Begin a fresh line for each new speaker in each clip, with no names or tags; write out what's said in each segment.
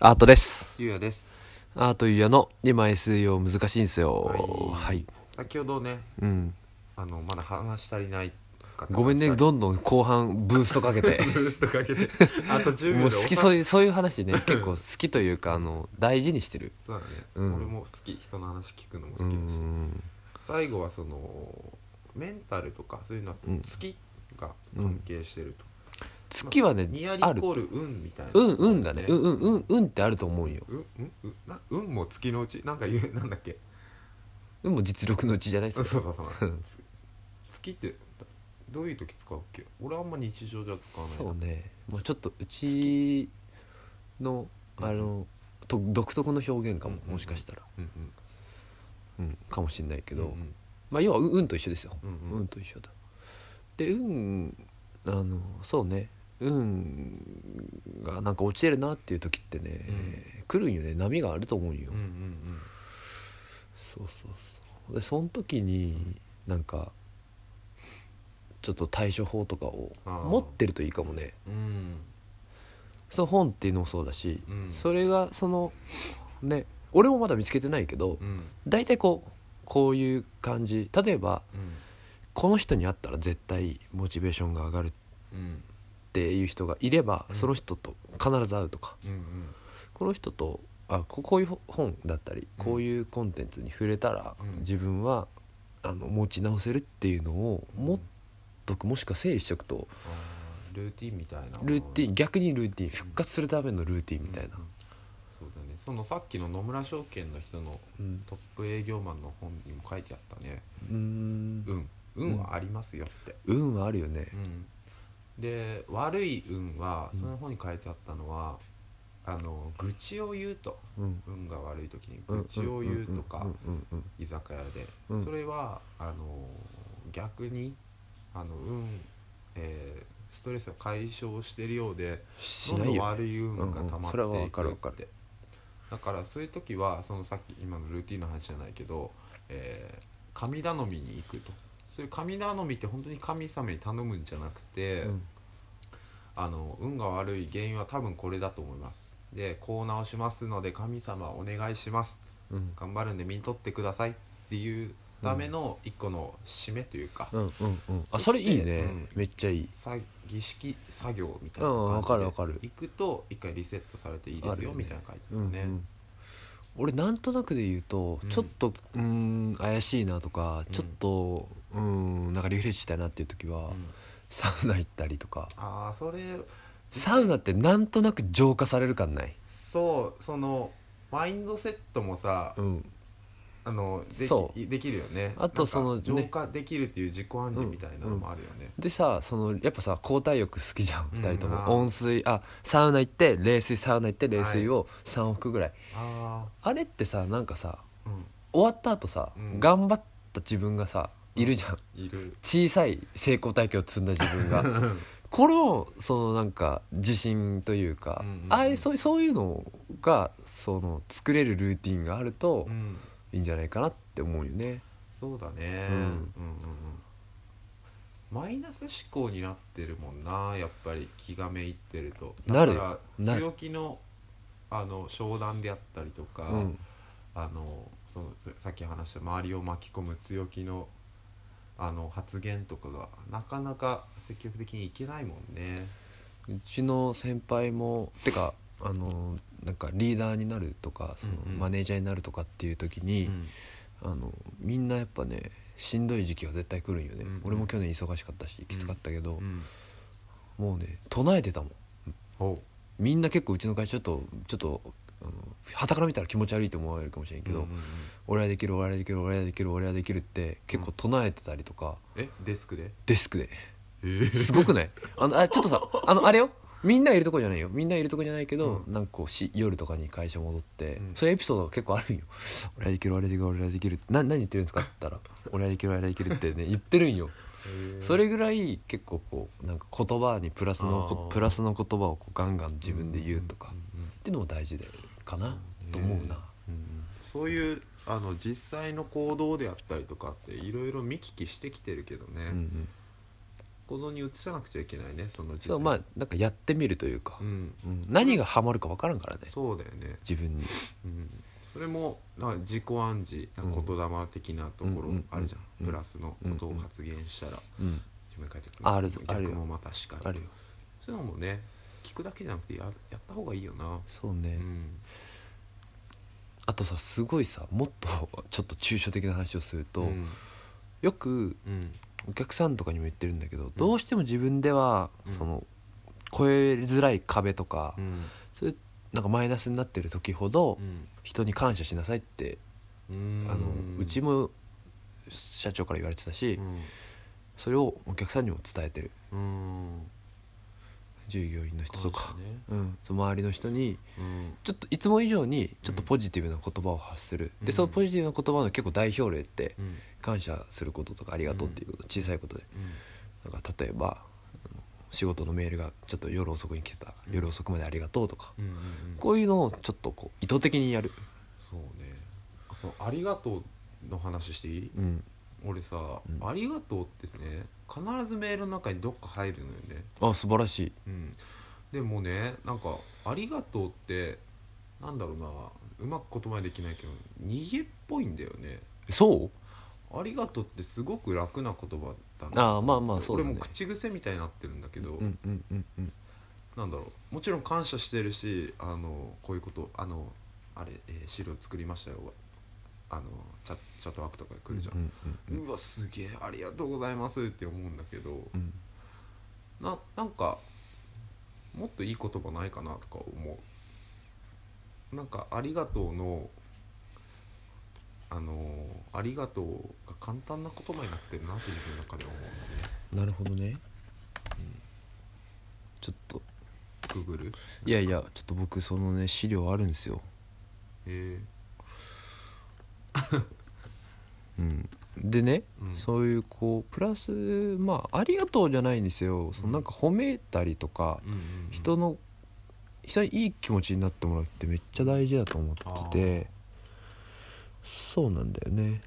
アートです。
ゆうやです
アートゆうやの今 SEO 難しいんですよ。
は
はいい。
先ほどね
うん。
あのまだ話し足りないかった
ごめん ね、
ブ
どんどん後半ブーストかけ て。
ーストかけてあと10秒で
もう好き、そう
う
いう、そういう話ね、結構好きというか、あの、大事にしてる。
そうだね、
うん
俺も好き人の話聞くのも
う
好きだし
ん。
最後はそのメンタルとかそういうのは
うん
好きが関係してると、
月はね
ニア、リ
あ
イ
る。
コール運みたいな
うん、うんだね。うん、うん、
う
うんん、うんってあると思うよ。
うんうんな運も月のうちなんか言う なんだっけ
うん、もう実力のうちじゃないです
そう
か。
そうそうつ月ってどういう時使うっけ俺あんま日常じゃ使わないな
そうね。まあちょっと、うちの、あの、と独特の表現かも、もしかしたら。
うんうん
うん、かもしれないけ
け
ど。まあ要は運運と一緒ですよ。
うんうん
運と一緒だで運あのそうね運がなんか落ちてるなっていう時ってね、
う
来るんよね波があると思うよ、
うんうん
そうそうそうでその時になんかちょっと対処法とかを
あー
持ってるといいかもね
うんうん
その本っていうのもそうだし、
うん
それがそのね俺もまだ見つけてないけど
うん
大体こうこういう感じ例えば
うん
この人に会ったら絶対モチベーションが上がる
うん
っていう人がいれば、
うん
その人と必ず会うとか
うん
この人とあここういう本だったり
うん
こういうコンテンツに触れたら、
うん
自分はあの持ち直せるっていうのを
うん
もっともしくは整理しておくと
あールーティンみたいな
ルーティ
ン
ン逆にルーティン復活するためのルーティンみたいな、
そうだねそのさっきの野村証券の人の
うん
トップ営業マンの本にも書いてあったね
うーん
運運はありますよって
運はあるよね
うんで悪い運は
うん
その本に書いてあったのはあの愚痴を言うと
うん
運が悪い時に
うん
愚痴を言うとか
うんうんうん
居酒屋で、
うん
それはあの逆にあの運、えーストレスを解消してるようで
しない
どんどん
よね
悪い運が溜
うんうん
まっ
そ
て
れはわ
い
かる
くっ
わか
てだからそういう時はそのさっき今のルーティンの話じゃないけど、えー神頼みに行くとそういう神頼みって本当に神様に頼むんじゃなくて、
うん
あの運が悪い原因は多分これだと思いますでこう直しますので神様お願いします
うん
頑張るんで身に取ってくださいっていうための一個の締めというか、
うんうんうんあそれいいね、
うん
めっちゃいい
さ儀式作業みたいな
うんうんわ
感じ
か
で
るわかる
行くと一回リセットされていいで
あ
す
る
よ
よね
みたいな書いてあ
うんう
るね、
ん、俺なんとなくで言うと、
うん
ちょっとうーん怪しいなとか、
うん
ちょっとうーんなんかリフレッシュしたいなっていう時は、
うん
サウナ行ったりとか
ああそれ
サウナってなんとなく浄化される感ない、
そうそのマインドセットもさ
うん、
あので
そ
きできるよね
あと
なんか
そのね
浄化できるっていう自己暗示みたいなのもあるよね、
でさそのやっぱさ交代浴好きじゃん
うん
2人とも、
あー
温水あサウナ行って冷水サウナ行って冷水を3往復ぐらい、
あ
あれってさなんかさ
あ
終わった後さ、
うん
頑張った自分がさいるじゃん
うんいる
小さい成功体験を積んだ自分がこのそのなんか自信というか、
うんうんうん
ああいうそういうそういうのがその作れるルーティンがあると
うん
いいんじゃないかなって思うよね。
そうだね、
うん
うんうんうんマイナス思考になってるもんなやっぱり気がめいってると
なる
だか
な
ら
る
強気のあの商談であったりとか、
うん、
あのそのささっき話した周りを巻き込む強気のあの発言とかがなかなか積極的にいけないもんね
うちの先輩もてかあのなんかリーダーになるとかその
うんうん
マネージャーになるとかっていう時に、あのみんなやっぱねしんどい時期は絶対来るんよね、
うんうん
俺も去年忙しかったしきつかったけど、
うん
もうね唱えてたもん
おう
みんな結構うちの会社ちょっとちょっとあの傍から見たら気持ち悪いと思われるかもしれんけど、
うんうんうん
俺はできる俺はできる俺はできる俺はできるって結構唱えてたりとか、
えデスクで
デス クで
えー
すごくないあのあちょっと さあのあれよみんないるとこじゃないよみんないるとこじゃないけど、
う
なんかこうし夜とかに会社戻って、
うん
そういうエピソードが結構あるんよ 俺はできる俺はできる俺はできるな何言ってるんですかって 言ったら俺はできる俺はできるってね言ってるんよそれぐらい結構こうなんか言葉にプラスのこ
あー
プラスの言葉をこうガンガン自分で言うとか、
んうんうんうん
っていうのも大事でかな
うん
と思うな、
そういうあの実際の行動であったりとかっていろいろ見聞きしてきてるけどね、
うんうん
行動に移さなくちゃいけないねそのうち
そうまあなんかやってみるというか
う、ん
うん何がハマるか分からんからね
そうだよね
自分に
うんそれもだから自己暗示なんか言霊的なところあるじゃん、
うん
プラスのことを発言したら
うん
自分に返ってく
ああるぞあるよ
逆もまたしかり
あるよ
そういうのもね聞くだけじゃなくてややった方がいいよな
そうね、
うん
あとさすごいさもっと ちょっと抽象的な話をすると、
うん
よく
うん
お客さんとかにも言ってるんだけど、どうしても自分では、
うん
その越えづらい壁とか、
うん
そういうなんかマイナスになってる時ほど、
うん
人に感謝しなさいって、
うん
あのうちも社長から言われてたし、
うん
それをお客さんにも伝えてる
うん
従業員の人とか、
感謝ね
うん、その周りの人に
うん
ちょっといつも以上にちょっとポジティブな言葉を発する、
うん
でそのポジティブな言葉の結構代表例って
うん
感謝することとかありがとうっていうこと、小さいことで
うん
なんか例えばあの仕事のメールがちょっと夜遅くに来てた、
うん
夜遅くまでありがとうとか、
うんうんうん
こういうのをちょっとこう意図的にやる、
そうねそうありがとうの話していい
うん、
俺さ、
うん
ありがとうってね必ずメールの中にどっか入るのよね
あ素晴らしい
うんでもねなんかありがとうってなんだろうなうまく言葉にできないけど逃げっぽいんだよね
そう
ありがとうってすごく楽な言葉だな
ああまあまあそうだ
俺
ね
も口癖みたいになってるんだけど、
うんうんうんうん
なんだろうもちろん感謝してるしあのこういうことあのあれ、えー資料作りましたよあのチャチャットワークとかで来るじゃん、
うんうん
うわすげえありがとうございますって思うんだけど
うん
ななんかもっといい言葉ないかなとか思うなんか「ありがとうの」あのーありがとう」が簡単な言葉になってるなって自分の中で思うのね
なるほどね、うんちょっと
グーグル
いやいやちょっと僕そのね資料あるんですよ
え
うん、でね、
うん
そういうこうプラスまあありがとうじゃないんですよそのなんか褒めたりとか
ー、うんうんうん
人の人にいい気持ちになってもらうってめっちゃ大事だと思っててそうなんだよね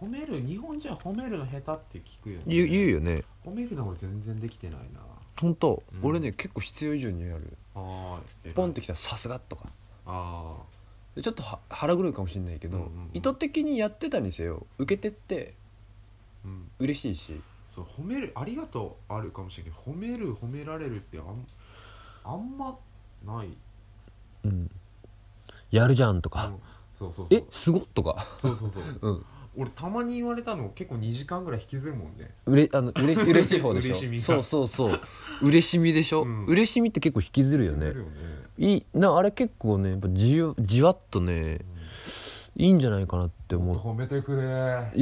褒める日本人は褒めるの下手って聞くよね
言う言うよね
褒めるのも全然できてないな
本当、
うん
俺ね結構必要以上にやる
あー
ポンってきたら「さすが」とか
ああ
でちょっとは腹黒いかもしれないけど、
うんうんうん
意図的にやってたにせよ受けてって
うん
嬉しいし
そう褒めるありがとうあるかもしれないけど褒める褒められるってあんあんまない
うんやるじゃんと
あのそうそうそう
えすごっとか
そうそうそう
うん
俺たまに言われたの結構2時間ぐらい引きずるもんね
うれあのうれ し嬉しい方でしょ
嬉しみが
そうそうそう嬉しみでしょ、
うん
嬉しみって結構引きずるよ
引き
ね
ずるよね
いいなあれ結構ねやっぱじゆじわっとねいいんじゃないかなって
うん
思う
褒めてくれ
い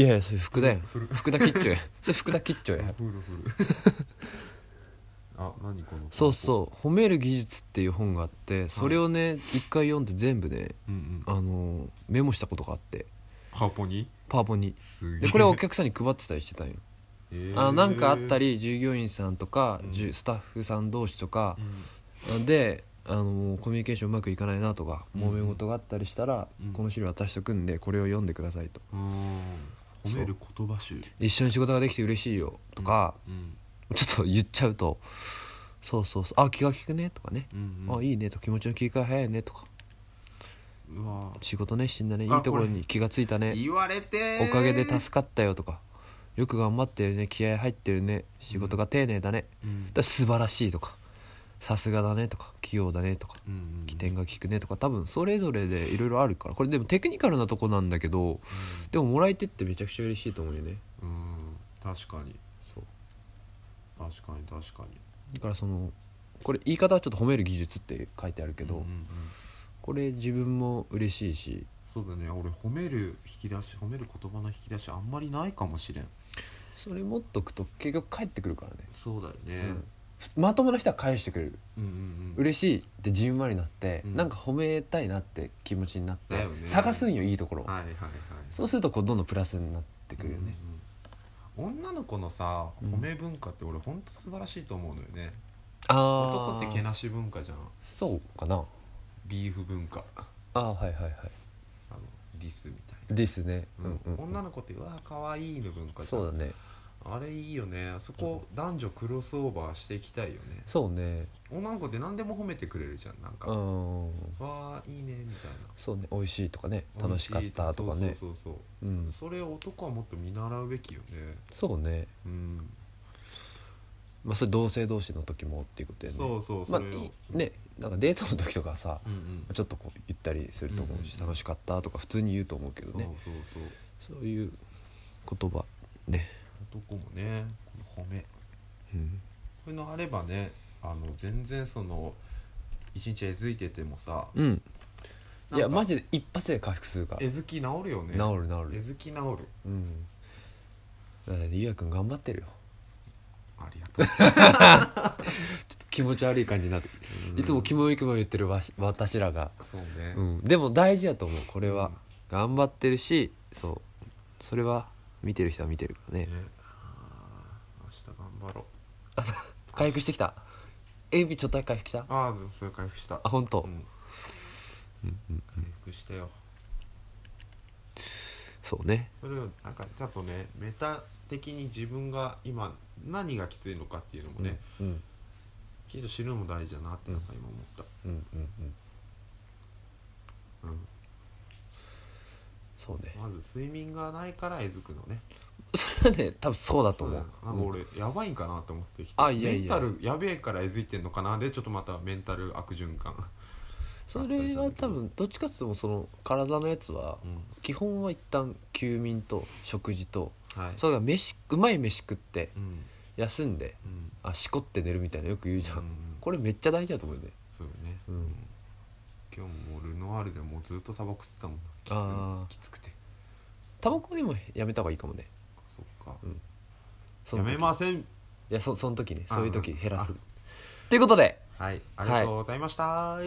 やいやそれ福田やん
ふる
福田吉兆やそれ福田吉兆や
ふるふる あ何この
そうそう「褒める技術」っていう本があってそれをね一、回読んで全部ね
う、うんうん、
あのーメモしたことがあって
カーポに
パワポに
すげえ
でこれをお客さんに配ってたりして たんよあのなんかあった
り、
り従業員さんとか、じゅ
うん
スタッフさん同士とか
う、ん
であのコミュニケーションうまくいかないなとか
うん
揉め事があったりしたら、
うん
この資料渡しとくんでこれを読んでくださいと
うん褒める言葉集
一緒に仕事ができて嬉しいよとか、
うん
ちょっと言っちゃうとそうそうそうあ気が利くねとかね、
うん
あいいねと気持ちの切り替え早いねとか
うわ
仕事熱心だねい
あ
いところに気がついたね
言われて
お
ー
かげで助かったよとかよく頑張ってるね気合入ってるね仕事が丁寧だね、
うん
だ素晴らしいとかさすがだねとか器用だねとか
うんうん
起点が効くねとか多分それぞれでいろいろあるからこれでもテクニカルなとこなんだけどでももらえてってめちゃくちゃ嬉しいと思うよね
うん、うん確かに
そう
確かに確かに
だからそのこれ言い方はちょっと褒める技術って書いてあるけど、
うんうんうん
これ自分も嬉しいし
そうだね俺褒める引き出し褒める言葉の引き出しあんまりないかもしれん
それ持っとくと結局返ってくるからね、
そうだよね
うんまともな人は返してくれる
うんうん
嬉しいってじんわりなって、
うん
なんか褒めたいなって気持ちになって、
だよね
探すんよいいところ、
うんはいはいはい
そうするとこうどんどんプラスになってくるよね、
うんうん女の子のさ
うん
褒め文化って俺ほんと素晴らしいと思うのよね、
あ
男
あ
ってけなし文化じゃん
そうかな
ビーフ文化あ
ああはいはいはい
のディスみたいな
ですね、
うん
うんうん
女の子って「うわ可愛いの文化じゃん
そうだね
あれいいよねあそこ男女クロスオーバーしていきたいよね
そうね
女の子って何でも褒めてくれるじゃんなんか、
うん
わあいいねみたいな
そうね美味しいとかね楽しかったとかね
そうそうそう
う
そうんそれを男はもっと見習うべきよね
そうね
うん
まあそれ同性同士の時もっていうことやね
そうそう
ま
そ
あ
れを、
ねなんかデートの時とかさ
うんうん
ちょっとこう言ったりすると思うし
うんうん
楽しかったとか普通に言うと思うけど
そう
ね
そうそう
そういう言葉ね
男もねこの褒めこ
うん
ういうのあればねあの全然その一日えずいててもさ
うんいやマ
で
ジで一発で回復するから
えずき治るよね
治る治
え
る
ずき治る
うんだからねゆうやくん頑張ってるよ
ありがとう
ちょっと気持ち悪い感じになって いつもキ
持
モいキモい言ってるわし私らが、
そうね、
うん、でも大事やと思うこれ
う
は
ん
頑張ってるしそうそれは見てる人は見てるからね
ねあー明日頑張ろう
回復してきたエビちょっとだけ回復した
ああでもそれ回復した
あ本当、
うん
うんうん
回復したよ
そうね
それをなんかちょっとねメタ的に自分が今何がきついのかっていうのもね、
うん
きっと知るのも大事だなってなんか今思った
うんうんうん
うん、
そうね
まず睡眠がないからえずくのね
それはね多分そうだと思う
なんか俺やばいんかなと思ってきて
あいやいや
メンタルやべえからえずいてんのかなでちょっとまたメンタル悪循環
それは多分どっちかっていうとその体のやつは
うん
基本は一旦休眠と食事と
はい
それから飯うまい飯食って
うん
休んで
うん
あしこって寝るみたいなのよく言うじゃん、
うんうん
これめっちゃ大事だと思うよね
そうよね、
うん
今日ももうルノワールでもうずっとタバコ吸ってたもんきつ
あー
きつくて
タバコでもやめた方がいいかもね
そっか
そ
や
の時
めません
いやそその時ねそういう時
あー
減らす
あ
ということで
はいありがとうございました、